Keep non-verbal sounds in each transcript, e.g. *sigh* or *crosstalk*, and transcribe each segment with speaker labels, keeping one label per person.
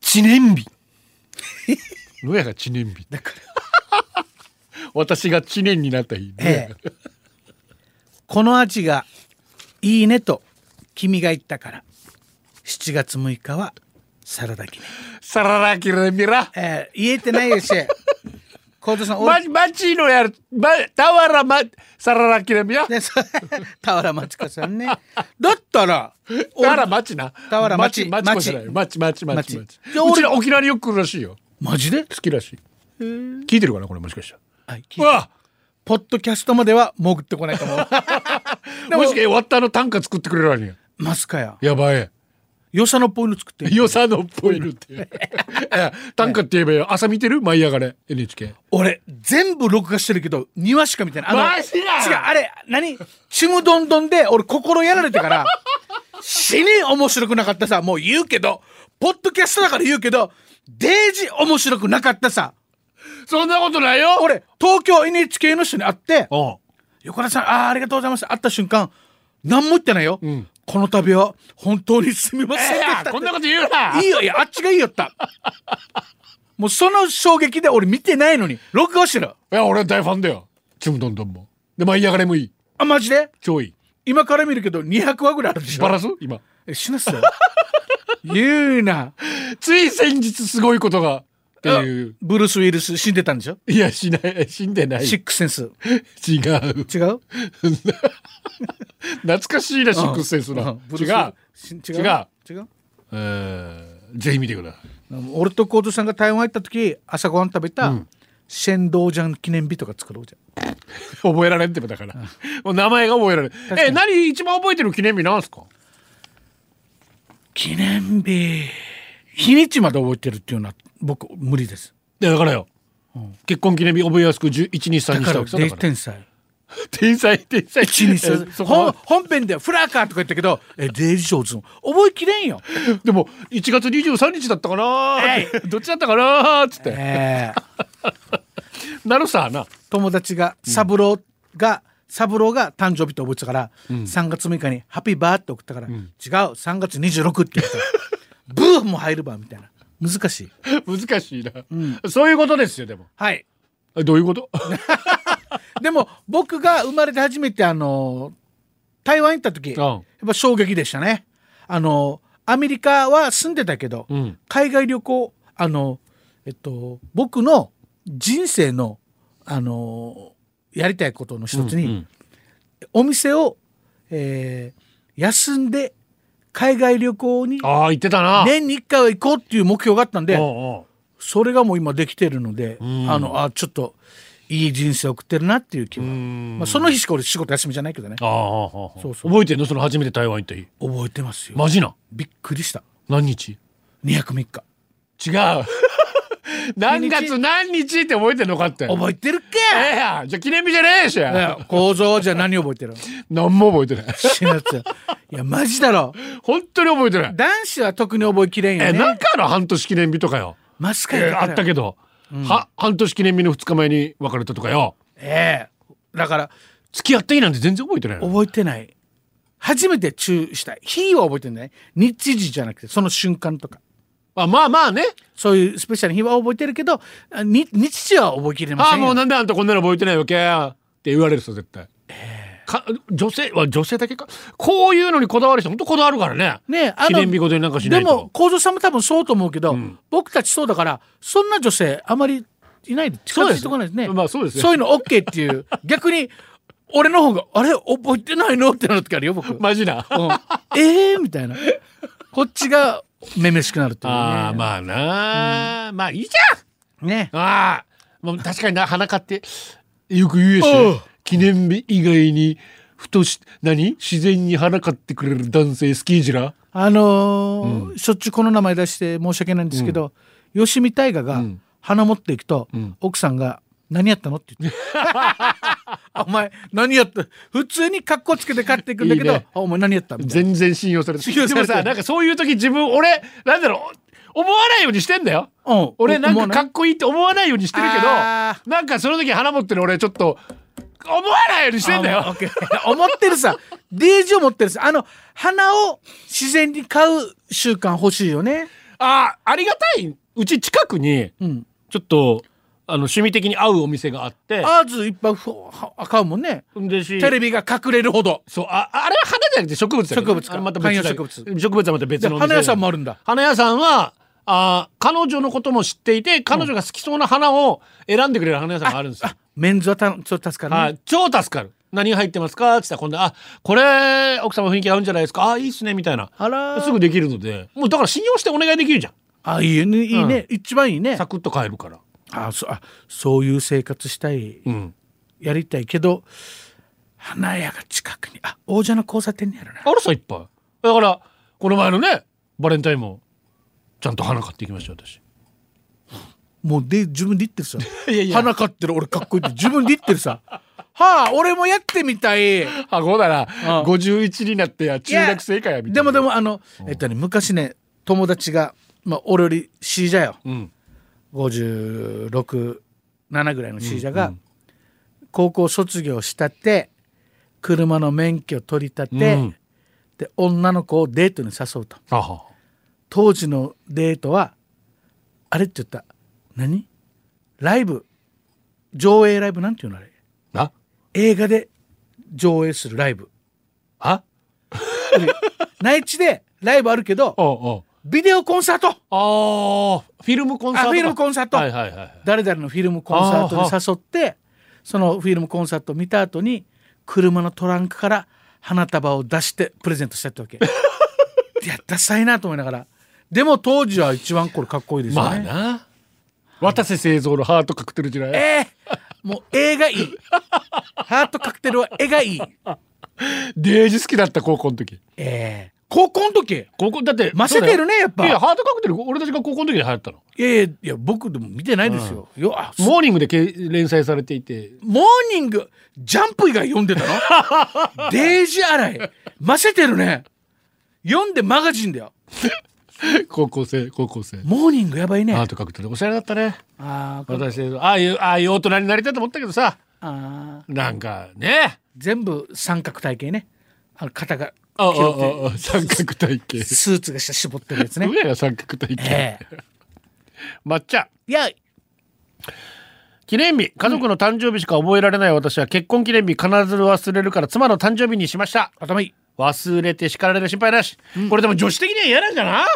Speaker 1: 知念日。野やが知念日。
Speaker 2: だから
Speaker 1: 私が知念になった日。
Speaker 2: ええ、この味がいいねと君が言ったから7月6日はサラダ記念、
Speaker 1: サララキラミラ。
Speaker 2: ええ、言えてないです *laughs* よコートさんお
Speaker 1: ま、マチのやる、ま、タワラマ、サララキラミラ。
Speaker 2: で *laughs* そ田原町子さんねだったら
Speaker 1: タワラマチな。
Speaker 2: タワラマチ
Speaker 1: マチマチマチマチマチ。
Speaker 2: マ
Speaker 1: マ
Speaker 2: チ
Speaker 1: チうちら沖縄によく来るらしいよ。
Speaker 2: マジで
Speaker 1: 好きらしい。聞いてるかなこれもしかしたら。
Speaker 2: はい聞
Speaker 1: う
Speaker 2: い
Speaker 1: わ
Speaker 2: ポッドキャストまでは潜ってこないと思 *laughs* うでも
Speaker 1: もしか終わったの短歌作ってくれるわけや。
Speaker 2: マスカや
Speaker 1: やばい。
Speaker 2: よさのポイント作ってる
Speaker 1: よさのっぽいのっ
Speaker 2: *laughs*
Speaker 1: て。いや短歌って言えばよ朝見てる舞い上がれ NHK。
Speaker 2: 俺全部録画してるけど2話しか見てないあの
Speaker 1: マジだ
Speaker 2: 違うあれ何ちむどんどんで俺心やられてから死に面白くなかったさもう言うけどポッドキャストだから言うけどデイジ面白くなかったさ
Speaker 1: そんなことないよ。
Speaker 2: 俺東京 NHK の人に会って
Speaker 1: うん。
Speaker 2: 横田さんあーありがとうございます会った瞬間何も言ってないよ、
Speaker 1: ん
Speaker 2: この度は本当にすみませんって言った
Speaker 1: こんなこと言うな。
Speaker 2: いいよいやあっちがいいよったもうその衝撃で俺見てないのに録画してる
Speaker 1: いや、俺は大ファンだよ。ちむどんどんも。で、舞い上がれもいい。
Speaker 2: あマジで
Speaker 1: 超いい。
Speaker 2: 今から見るけど200話ぐらいあるでし
Speaker 1: バラ
Speaker 2: ょ
Speaker 1: す今。
Speaker 2: え死なっすよ *laughs* 言うな
Speaker 1: つい先日すごいことが。っていう。
Speaker 2: ブルース・ウィルス死んでたんでしょ、
Speaker 1: いや、しない、死んでない。
Speaker 2: シ
Speaker 1: 違
Speaker 2: ックスセンス
Speaker 1: う。
Speaker 2: 違う
Speaker 1: 懐かしいらしくセンス
Speaker 2: う
Speaker 1: な。
Speaker 2: んブル
Speaker 1: 違
Speaker 2: ー
Speaker 1: う。
Speaker 2: スウィルス
Speaker 1: 違う
Speaker 2: 違う違う
Speaker 1: えーぜひ見てください。
Speaker 2: 俺とコートさんが台湾行った時朝ごはん食べた、シェンドージャン記念日とか作ろうじゃ
Speaker 1: 覚えられんってばだから。もう名前が覚えられん。え、何一番覚えてる記念日なんですか
Speaker 2: ん記念日日にちまで覚えてるっていうのは僕無理です
Speaker 1: いやだからよ。結婚記念日覚えやすく1、2、3
Speaker 2: だ
Speaker 1: にし
Speaker 2: か
Speaker 1: た
Speaker 2: ら
Speaker 1: わけさだ
Speaker 2: 0
Speaker 1: から。
Speaker 2: 天才
Speaker 1: 天才、天才。
Speaker 2: 一二三
Speaker 1: えそこ
Speaker 2: 本
Speaker 1: は
Speaker 2: 本編ではフラーカーとか言ったけどえデイジ上手の覚えきれんよ
Speaker 1: *laughs* でも1月23日だったかな
Speaker 2: え
Speaker 1: ーって *laughs* どっちだったかなーっつって
Speaker 2: ええ
Speaker 1: なるさな *laughs*
Speaker 2: 友達が三郎が、三郎が誕生日と覚えてたから、3月6日に「ハッピーバー」って送ったから「違う3月26」って *laughs* 言ったら「ブー」も入るばみたいな難しい
Speaker 1: 難しいな、そういうことですよでも
Speaker 2: はい
Speaker 1: あどういうこと
Speaker 2: でも僕が生まれて初めてあの台湾行った
Speaker 1: *laughs*
Speaker 2: 時、
Speaker 1: うん
Speaker 2: やっぱ衝撃でしたねあのアメリカは住んでたけど、
Speaker 1: ん
Speaker 2: 海外旅行あのえっと僕の人生のあのやりたいことの一つに、お店を、えー休んで海外旅行に
Speaker 1: ああ言ってたな、
Speaker 2: 年に1回は行こうっていう目標があったんで、
Speaker 1: おうおう
Speaker 2: それがもう今できてるので、あのあちょっといい人生送ってるなっていう気は、
Speaker 1: ん
Speaker 2: まあ、その日しか俺仕事休みじゃないけどね
Speaker 1: ああああああ
Speaker 2: そうそう
Speaker 1: 覚えてんのその初めて台湾行った日
Speaker 2: 覚えてますよ、
Speaker 1: マジな
Speaker 2: びっくりした
Speaker 1: 何日
Speaker 2: 203
Speaker 1: 違
Speaker 2: 日
Speaker 1: う *laughs* 何月何日って覚えてんのかって
Speaker 2: 覚えてるか
Speaker 1: ええやんじゃあ記念日じゃねえし
Speaker 2: い
Speaker 1: や
Speaker 2: や構造はじゃあ何覚えてるの
Speaker 1: 何も覚えてない
Speaker 2: 死ぬやついやマジだろ
Speaker 1: 本当に覚えてない
Speaker 2: 男子は特に覚えきれん
Speaker 1: え
Speaker 2: よね
Speaker 1: 中の半年記念日とかよ
Speaker 2: マスカ
Speaker 1: え
Speaker 2: や
Speaker 1: ーあったけど、は半年記念日の2日前に別れたとかよ
Speaker 2: ええだから
Speaker 1: 付き合った日なんて全然覚えてないの
Speaker 2: 覚えてない初めてチューした日は覚えてない日時じゃなくてその瞬間とか
Speaker 1: あまあまあね
Speaker 2: そういうスペシャルな日は覚えてるけどあに日時は覚えきれま
Speaker 1: あ
Speaker 2: せ
Speaker 1: あ
Speaker 2: んよ
Speaker 1: もうなんであんたこんなの覚えてないわけって言われるさ絶対、か女性は女性だけかこういうのにこだわる人本当こだわるからね
Speaker 2: ねえあの
Speaker 1: 記念日ごとになんかしないと
Speaker 2: でも幸三さんも多分そうと思うけど、僕たちそうだからそんな女性あまりいないで近づいてこないですね
Speaker 1: そうですねまあそうですね
Speaker 2: そういうの OK っていう逆に俺の方があれ覚えてないのってなる時あるよ僕、
Speaker 1: マ
Speaker 2: *laughs*
Speaker 1: ジな、
Speaker 2: うんええー、みたいなこっちがめめしくなるっていうね
Speaker 1: ああまあなあ、まあいいじ
Speaker 2: ね
Speaker 1: ゃんああもう確かにな花買ってよく言うやつ
Speaker 2: うん
Speaker 1: ね記念日以外にふとし何自然に花買ってくれる男性スキージラ
Speaker 2: あのーしょっちゅうこの名前出して申し訳ないんですけど、吉見大河が花持っていくと、奥さんが「何やったの?」って
Speaker 1: *laughs*
Speaker 2: 言って「お前何やった普通に格好つけて買っていくんだけど
Speaker 1: いいね
Speaker 2: あお前何やった?」みたいな
Speaker 1: 全然信用されて
Speaker 2: 信用されて
Speaker 1: でもさなんかそういう時自分俺なんだろう思わないようにしてんだよ
Speaker 2: うん
Speaker 1: 俺なん
Speaker 2: 思わ
Speaker 1: か
Speaker 2: ない
Speaker 1: かっこいいって思わないようにしてるけど
Speaker 2: あ
Speaker 1: なんかその時花持ってる俺ちょっと思わないようにしてんだ
Speaker 2: あ
Speaker 1: よ
Speaker 2: オッケー *laughs* 思ってるさデージを持ってるさあの花を自然に買う習慣欲しいよね
Speaker 1: ああありがたいうち近くに
Speaker 2: うん。
Speaker 1: ちょっとあの趣味的に合うお店があって
Speaker 2: アーズいっぱいふは買うもんね。
Speaker 1: でし
Speaker 2: テレビが隠れるほど。
Speaker 1: そうああれは花じゃなくて植物だよね
Speaker 2: 植物か
Speaker 1: あれまた
Speaker 2: 観葉
Speaker 1: 別だよ
Speaker 2: 植
Speaker 1: 植物はまた別
Speaker 2: で
Speaker 1: のお店
Speaker 2: 花屋さんもあるんだ。
Speaker 1: 花屋さんはあー彼女のことも知っていて彼女が好きそうな花を選んでくれる花屋さんがあるんですよ。
Speaker 2: メンズはたちょっと助かる、ね。
Speaker 1: はい、超助かる。何が入ってますかって言ったら今度あこれ奥様雰囲気合うんじゃないですかあいいっすねみたいな
Speaker 2: あらー
Speaker 1: すぐできるのでもうだから信用してお願いできるじゃん
Speaker 2: あいいねいいね、一番いいね
Speaker 1: サ。クッと買えるから
Speaker 2: あそあそういう生活したい、
Speaker 1: うん
Speaker 2: やりたいけど花屋が近くにあ王者の交差点にあるな。
Speaker 1: あるさいっぱいだからこの前のねバレンタインもちゃんと花買ってきましたよ私
Speaker 2: もうで自分で言ってるさ
Speaker 1: *laughs* いやいや
Speaker 2: 花買ってる俺かっこいいって自分で言ってるさはあ俺もやってみたい
Speaker 1: あこうだな
Speaker 2: うん
Speaker 1: 51になってや中学生かやみたいな
Speaker 2: でもでもあの、えっとね昔ね友達が、まあ、俺より C じゃよ
Speaker 1: うん
Speaker 2: 567ぐらいの C じゃが、高校卒業したって車の免許取り立て、
Speaker 1: うん
Speaker 2: で女の子をデートに誘うと
Speaker 1: あは
Speaker 2: 当時のデートはあれって言った何ライブ上映ライブなんていうのあれ
Speaker 1: な
Speaker 2: 映画で上映するラ
Speaker 1: *laughs*
Speaker 2: イブ
Speaker 1: あ
Speaker 2: 内地でライブあるけど
Speaker 1: おうおう
Speaker 2: ビデオコンサート
Speaker 1: ああフィルムコンサートか
Speaker 2: あフィルムコンサート
Speaker 1: はいはいはい
Speaker 2: 誰々のフィルムコンサートに誘ってそのフィルムコンサートを見た後に車のトランクから花束を出してプレゼントしたってわけいやダサいなと思いながらでも当時は一番これかっこいいですよ
Speaker 1: まあ
Speaker 2: ね、
Speaker 1: な渡瀬製造のハートカクテル時代
Speaker 2: えー、もう絵がいいハートカクテルは絵がいい
Speaker 1: デージ好きだった高校の時
Speaker 2: えー、高校の時
Speaker 1: 高校だって
Speaker 2: ませてるねやっぱ
Speaker 1: いやハートカクテル俺たちが高校の時に流行ったの
Speaker 2: いやいやいや僕でも見てないですよ、よあ
Speaker 1: モーニングでけ連載されていて
Speaker 2: モーニングジャンプ以外読んでたのデージ洗いませてるね読んでマガジンだよ
Speaker 1: 高校生高校生
Speaker 2: モーニングやばいね
Speaker 1: ハ
Speaker 2: あ
Speaker 1: ートカクテルおしゃれだったね
Speaker 2: あー
Speaker 1: 渡瀬製造ああいうああいう大人になりたいと思ったけどさ
Speaker 2: あー
Speaker 1: なんかね
Speaker 2: 全部三角体型ねあの肩が
Speaker 1: ああ
Speaker 2: 広くて
Speaker 1: ああ三角体型
Speaker 2: スーツが下絞ってるやつ
Speaker 1: *laughs*
Speaker 2: ね
Speaker 1: 上が三角体型、
Speaker 2: ええ
Speaker 1: 抹茶
Speaker 2: いや
Speaker 1: 記念日家族の誕生日しか覚えられない私は結婚記念日必ず忘れるから妻の誕生日にしました
Speaker 2: 頭いい
Speaker 1: 忘れて叱られる心配なし、これでも女子的には嫌なんじゃない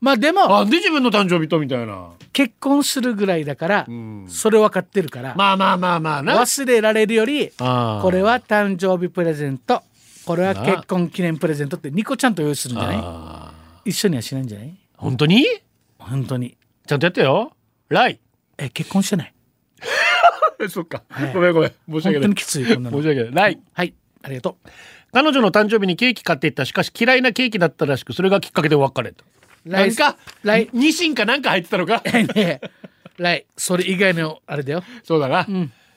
Speaker 2: まあでも
Speaker 1: なんで自分の誕生日とみたいな
Speaker 2: 結婚するぐらいだから
Speaker 1: ん
Speaker 2: それ分かってるから、
Speaker 1: まあまあまあまあな
Speaker 2: 忘れられるより
Speaker 1: あー
Speaker 2: これは誕生日プレゼントこれは
Speaker 1: な
Speaker 2: 結婚記念プレゼントってニコちゃんと用意するんじゃない
Speaker 1: あ
Speaker 2: 一緒にはしないんじゃない
Speaker 1: ー本当に
Speaker 2: 本当に
Speaker 1: ちゃんとやってよライ
Speaker 2: え結婚してない
Speaker 1: *laughs* そっか、ごめんごめん申し訳
Speaker 2: 本当
Speaker 1: な
Speaker 2: に
Speaker 1: い
Speaker 2: きついこんな
Speaker 1: 申
Speaker 2: の
Speaker 1: し訳ないライ
Speaker 2: はいありがと
Speaker 1: 彼女の誕生日にケーキ買っていったしかし嫌いなケーキだったらしくそれがきっかけでお別れと
Speaker 2: う来
Speaker 1: なんか
Speaker 2: 来
Speaker 1: ニシンかなんか入ってたのか
Speaker 2: ね来それ以外のあれだよ
Speaker 1: *laughs* そうだな、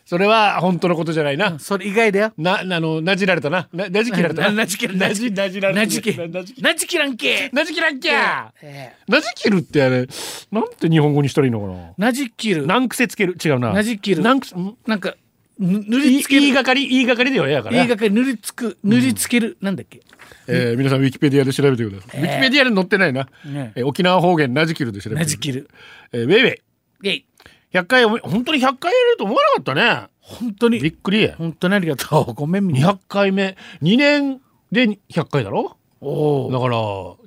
Speaker 1: それは本当のことじゃないな、
Speaker 2: それ以外だよ
Speaker 1: ななあのなじられたなななじきられた
Speaker 2: な
Speaker 1: な
Speaker 2: なじきら
Speaker 1: なじなじられた
Speaker 2: なじき
Speaker 1: なじき
Speaker 2: なじきらんけ
Speaker 1: なじきらっきゃ
Speaker 2: えー
Speaker 1: なじきるってあれなんて日本語にしたらいいのかな
Speaker 2: なじきる
Speaker 1: 何癖つける違うな。
Speaker 2: なじきる
Speaker 1: 何癖ん
Speaker 2: なんかぬ塗
Speaker 1: 言
Speaker 2: り
Speaker 1: い
Speaker 2: つける
Speaker 1: 言いがかり、言いがかりでよやから。
Speaker 2: いいがかり塗りつく塗りつけるなんだっけ
Speaker 1: えー皆さんウィキペディアで調べてください。ウィキペディアで載ってないな。
Speaker 2: ね
Speaker 1: えー沖縄方言なじきるで調べてく
Speaker 2: な
Speaker 1: ださ
Speaker 2: じ
Speaker 1: い。
Speaker 2: きる
Speaker 1: えーウェイウェイ。
Speaker 2: イェイ
Speaker 1: 100回おめ、本当に100回やれると思わなかったね。
Speaker 2: 本当
Speaker 1: び
Speaker 2: に
Speaker 1: っくり。
Speaker 2: 本当にありがと *laughs* うごめんみんな
Speaker 1: 200回目。2年で100回だろ
Speaker 2: お
Speaker 1: だ
Speaker 2: お
Speaker 1: から、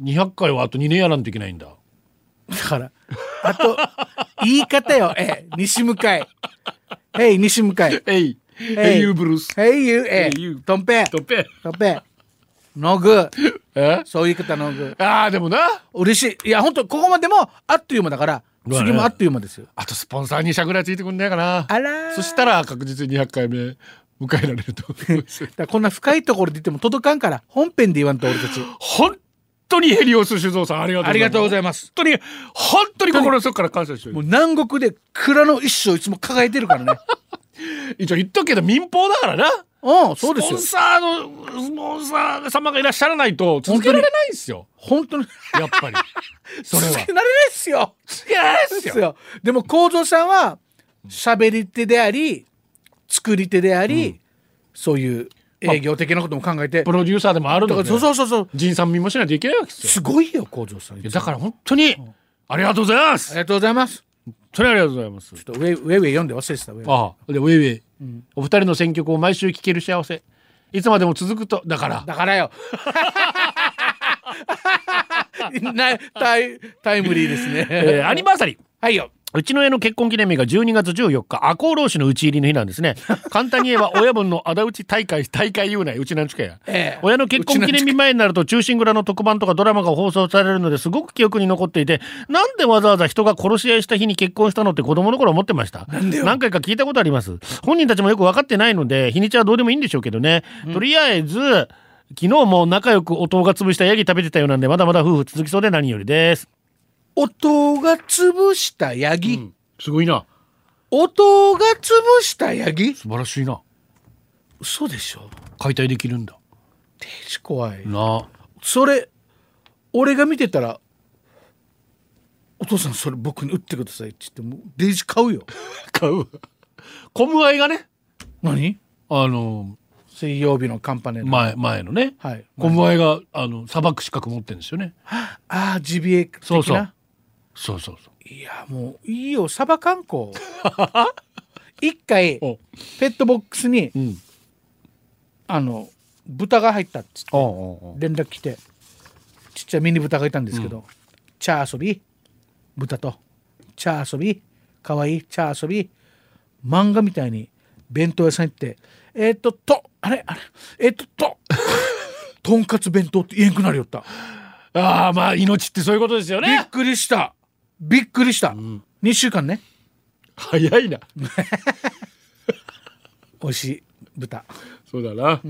Speaker 1: 200回はあと2年やらんといけないんだ。
Speaker 2: だからあと言い方よえー西向かいえい西向かい
Speaker 1: えい。
Speaker 2: えい
Speaker 1: えい、ブルース。
Speaker 2: えいゆえ
Speaker 1: えいゆ
Speaker 2: とんぺ
Speaker 1: とっぺ。
Speaker 2: とんぺのぐ
Speaker 1: え
Speaker 2: そういう方のぐ
Speaker 1: ああ、でもな。
Speaker 2: 嬉しいいや本当ここまでもあっという間だから
Speaker 1: わね
Speaker 2: 次もあっという間ですよ
Speaker 1: あとスポンサー2社ぐらいついてくんねえかな。
Speaker 2: あらー
Speaker 1: そしたら確実に200回目迎えられると思います
Speaker 2: だからこんな深いところで言っても届かんから本編で言わんと俺たち
Speaker 1: 本当にヘリオス酒造さんありがとう
Speaker 2: *laughs* ありがとうござ
Speaker 1: い
Speaker 2: います
Speaker 1: ます本当に本当に心の底から感謝して
Speaker 2: も
Speaker 1: る
Speaker 2: う南国で蔵の一生いつも輝いてるから *laughs* ね
Speaker 1: 一応言っとくけど民放だからな
Speaker 2: うんそうですよ
Speaker 1: スポンサーのスポンサー様がいらっしゃらないと続けられないんですよ
Speaker 2: 本当に
Speaker 1: やっぱり *laughs* それは
Speaker 2: 続けられないっすよ
Speaker 1: 続けられないで
Speaker 2: ですす
Speaker 1: よ
Speaker 2: よでも幸三さんは喋り手であり作り手であり、そういう営業的なことも考えて
Speaker 1: プロデューサーでもある
Speaker 2: だ
Speaker 1: の
Speaker 2: から
Speaker 1: で
Speaker 2: そうそうそうそう
Speaker 1: 人さん見もしないといけないわけですよ
Speaker 2: すごいよ工場さん
Speaker 1: いや
Speaker 2: あ
Speaker 1: だから本当にありがとうございま
Speaker 2: り
Speaker 1: す
Speaker 2: がとうございます
Speaker 1: 本当にありがとうございます
Speaker 2: ちょっとウェイウェイウェイ読んで忘れてたウェイウェイ
Speaker 1: ああでウェイウェイ、お二人の選曲を毎週聴ける幸せいつまでも続くとだから
Speaker 2: だからよなタイタイムリーですね、
Speaker 1: えーアニバーサリー
Speaker 2: はいよ
Speaker 1: うちの親の結婚記念日が12月14日、赤穂浪士の討ち入りの日なんです *laughs* ね。簡単に言えば、親分の仇討ち大会、大会言うないうちなんちかや。
Speaker 2: ええ
Speaker 1: 親の結婚記念日前になると、忠臣蔵の特番とかドラマが放送されるのですごく記憶に残っていて、なんでわざわざ人が殺し合いした日に結婚したのって子供の頃思ってました。何回か聞いたことあります。本人たちもよく分かってないので、日にちはどうでもいいんでしょうけどね。とりあえず、昨日も仲良くお豆が潰したヤギ食べてたようなんで、まだまだ夫婦続きそうで何よりです。
Speaker 2: 音が潰したヤギ、
Speaker 1: すごいな。
Speaker 2: 音が潰したヤギ
Speaker 1: 素晴らしいな。
Speaker 2: 嘘でしょ
Speaker 1: 解体できるんだ
Speaker 2: デジ怖い
Speaker 1: な
Speaker 2: それ俺が見てたら「お父さんそれ僕に売ってください」って言ってもうデイジ買うよ
Speaker 1: 買うコムアイがね
Speaker 2: 何
Speaker 1: あの
Speaker 2: 水曜日のカンパネラ、
Speaker 1: 前前のね、
Speaker 2: はい
Speaker 1: コムアイがあの砂漠資格持ってるんですよね
Speaker 2: ああジビエ的な
Speaker 1: そうそうそうそうそ
Speaker 2: いやもういいよサバ観
Speaker 1: *laughs*
Speaker 2: 光一回
Speaker 1: うお
Speaker 2: ペットボックスに
Speaker 1: うん
Speaker 2: あの豚が入ったっつって
Speaker 1: おお
Speaker 2: 連絡来てちっちゃいミニ豚がいたんですけど「チャー遊び豚とチャー遊びかわいいチャー遊び漫画みたいに弁当屋さん行ってえっ、ととあれあれえっ、
Speaker 1: *laughs*
Speaker 2: とととんかつ弁当って言えんくなるよった
Speaker 1: ああまあ命ってそういうことですよ
Speaker 2: びっ
Speaker 1: ね
Speaker 2: くりしたびっくりした、2週間ね
Speaker 1: 早いな
Speaker 2: 美味しい豚
Speaker 1: そうだな、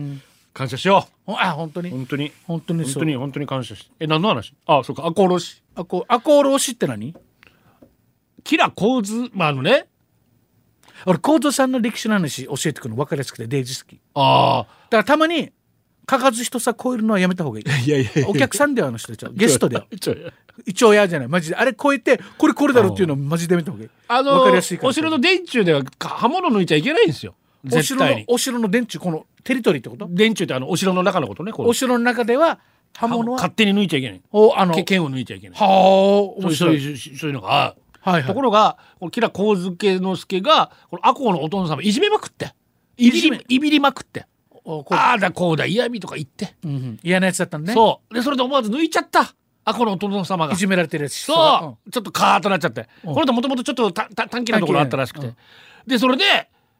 Speaker 1: 感謝しよ
Speaker 2: ほあ本当
Speaker 1: う
Speaker 2: に
Speaker 1: 本当に
Speaker 2: 本当に
Speaker 1: 本当
Speaker 2: そう
Speaker 1: に本当に感謝しえ何の話あそうかアコーロシ
Speaker 2: あこアコール推しって何
Speaker 1: キラコウズまああのね
Speaker 2: 俺コードさんの歴史の話教えてくるの分かりやすくてデイジ好き
Speaker 1: あ
Speaker 2: だからたまに書かず人さ超えるのはやめた方がいい
Speaker 1: あ *laughs* いやいやいや
Speaker 2: お客さんではあの人たちはゲストでは
Speaker 1: ちょい
Speaker 2: 一応やじゃないマジであれ超えてこれこれだろっていうのをマジでやめた方がいい
Speaker 1: あ
Speaker 2: わ
Speaker 1: の
Speaker 2: かりやすいから
Speaker 1: お城の電柱ではか刃物抜いちゃいけないんですよ
Speaker 2: お
Speaker 1: 絶
Speaker 2: 城の
Speaker 1: 対に
Speaker 2: お城の電柱このテリトリーってこと
Speaker 1: 電柱ってあのお城の中のことねこう
Speaker 2: お城の中では刃物は
Speaker 1: 勝手に抜いちゃいけない
Speaker 2: おあの
Speaker 1: け剣を抜いちゃいけない
Speaker 2: はあ
Speaker 1: そうそう
Speaker 2: 面白い
Speaker 1: いうそういうのがある
Speaker 2: はいは
Speaker 1: とこ
Speaker 2: い
Speaker 1: ろがこの吉良上野之助がこの赤穂のお殿様いじめまくってい
Speaker 2: いじ
Speaker 1: じ
Speaker 2: め
Speaker 1: りいびりまくって
Speaker 2: おこれ
Speaker 1: ああだこうだ嫌味とか言って、
Speaker 2: うんうん嫌なやつだったんでね
Speaker 1: そうでそれで思わず抜いちゃった赤穂のお殿様が
Speaker 2: いじめられてるやつ
Speaker 1: そう、ちょっとカーッとなっちゃって、
Speaker 2: ん
Speaker 1: この人もともとちょっとたた短期なところあったらしくて、
Speaker 2: 短
Speaker 1: でそれで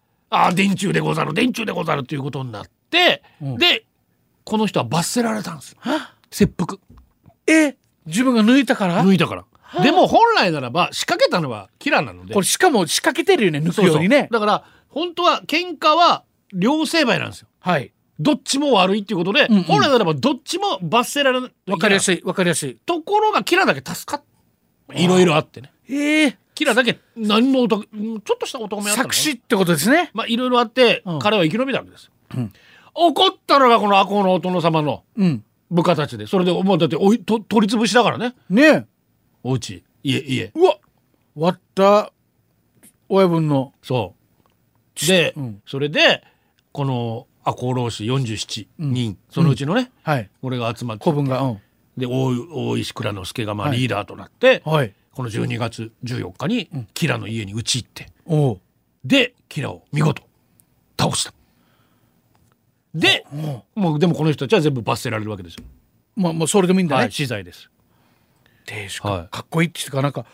Speaker 1: 「ああ電柱でござる電柱でござる」ということになって、
Speaker 2: うん
Speaker 1: でこの人は罰せられたんですよ
Speaker 2: は
Speaker 1: 切腹
Speaker 2: え自分が抜いたから
Speaker 1: 抜いたからでも本来ならば仕掛けたのはキラなので
Speaker 2: これしかも仕掛けてるよね抜くようにね
Speaker 1: だから本当は喧嘩は両成敗なんですよ
Speaker 2: はい
Speaker 1: どっちも悪いっていうことで、
Speaker 2: んうん
Speaker 1: 本来ならばどっちも罰せられない
Speaker 2: わかりや
Speaker 1: い
Speaker 2: すいわかりやすい
Speaker 1: ところがキラだけ助かっいろいろあってね
Speaker 2: ええ
Speaker 1: キラだけ何の男うんちょっとした男目あったの
Speaker 2: 作詞ってことですね
Speaker 1: まあいろいろあって、
Speaker 2: うん
Speaker 1: 彼は生き延びたわけですよ、怒ったのがこの赤穂のお殿様の
Speaker 2: うん
Speaker 1: 部下たちでそれでもうだっておいと取り潰しだからね
Speaker 2: ねえ
Speaker 1: お家家家
Speaker 2: うわ割った親分の
Speaker 1: そうで、
Speaker 2: うん
Speaker 1: それでこの赤穂浪士47人、そのうちのね、
Speaker 2: はい
Speaker 1: 俺が集まって
Speaker 2: 古文がうん
Speaker 1: で大井大石倉之助がまあ
Speaker 2: はい
Speaker 1: リーダーとなって、
Speaker 2: はい
Speaker 1: この12月14日にキラの家に打ち入って
Speaker 2: おう
Speaker 1: でキラを見事倒した。で
Speaker 2: お
Speaker 1: もうでもこの人たちは全部罰せられるわけですよ。
Speaker 2: まあまあそれでもいいんだ
Speaker 1: は
Speaker 2: ね
Speaker 1: い、資材です。
Speaker 2: 亭
Speaker 1: は
Speaker 2: 主か
Speaker 1: い
Speaker 2: かっこいいっていうかなんか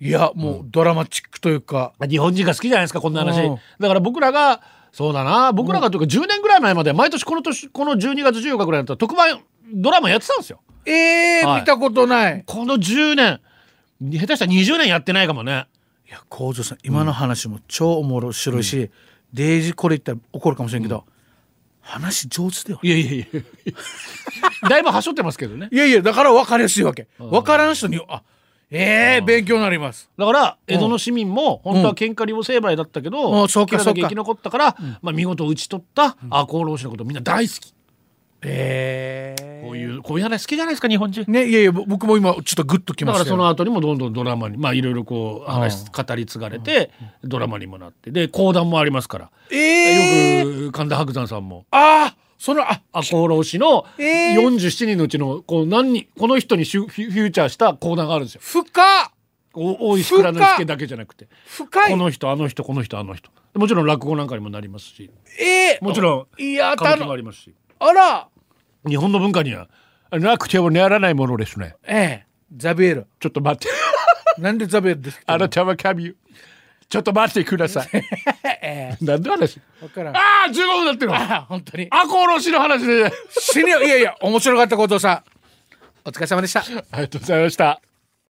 Speaker 2: いやもうドラマチックというか
Speaker 1: 日本人が好きじゃないですかこんな話
Speaker 2: うん。
Speaker 1: だから僕らがそうだな僕らがというか10年ぐらい前までは毎年この年この12月14日ぐらいだったら特番ドラマやってたんですよ。
Speaker 2: え
Speaker 1: は
Speaker 2: ー
Speaker 1: い
Speaker 2: 見たことない
Speaker 1: この10年下手したら20年やってないかもね。
Speaker 2: いや幸三さん今の話も超おもろ白いしデイジこれ言ったら怒るかもしれんけど話上手だよね
Speaker 1: いやいやいや *laughs* だいぶはしょってますけどね。
Speaker 2: いやいやだから分かりやすいわけ分からん人にあええ勉強になります
Speaker 1: だから江戸の市民も本当は喧嘩両成敗だったけ
Speaker 2: うんう
Speaker 1: ど、
Speaker 2: んそう
Speaker 1: キ
Speaker 2: か
Speaker 1: ラだけ
Speaker 2: そうか
Speaker 1: 生き残ったから、まあ見事打ち取った赤穂浪士のことみんな大好き。
Speaker 2: ええ
Speaker 1: こういうこういう話好きじゃないですか日本人
Speaker 2: ねいやいやぼ僕も今ちょっとグッとき
Speaker 1: だか
Speaker 2: まし
Speaker 1: ら
Speaker 2: た
Speaker 1: そ
Speaker 2: よ
Speaker 1: の後にもどんどんドラマにまあいろいろこう話語り継がれてドラマにもなってで講談もありますから
Speaker 2: ええ
Speaker 1: よく神田伯山さんも
Speaker 2: ああそのあ
Speaker 1: 赤穂浪士の
Speaker 2: えー
Speaker 1: 47人のうちのこう何人この人にシュフィフューチャーした講談があるんですよ
Speaker 2: 深っ
Speaker 1: お大石倉之助だけじゃなくてこ
Speaker 2: 深い
Speaker 1: の人あの人この人あの人もちろん落語なんかにもなりますし
Speaker 2: ええ
Speaker 1: もちろん
Speaker 2: いや
Speaker 1: 歌舞
Speaker 2: た
Speaker 1: 伎もあ
Speaker 2: の
Speaker 1: りますし
Speaker 2: あら
Speaker 1: 日本の文化にはなくてはならないものですね
Speaker 2: ええザビエル
Speaker 1: ちょっと待って
Speaker 2: なんでザビエルですか
Speaker 1: あなたは神ちょっと待ってください
Speaker 2: え
Speaker 1: なんで話
Speaker 2: えわからんあ
Speaker 1: ああ15分なってるわ
Speaker 2: あ本当に
Speaker 1: あこおろしの話で
Speaker 2: 死ねよいやいや面白かった後藤さんお疲れ様でした
Speaker 1: ありがとうございました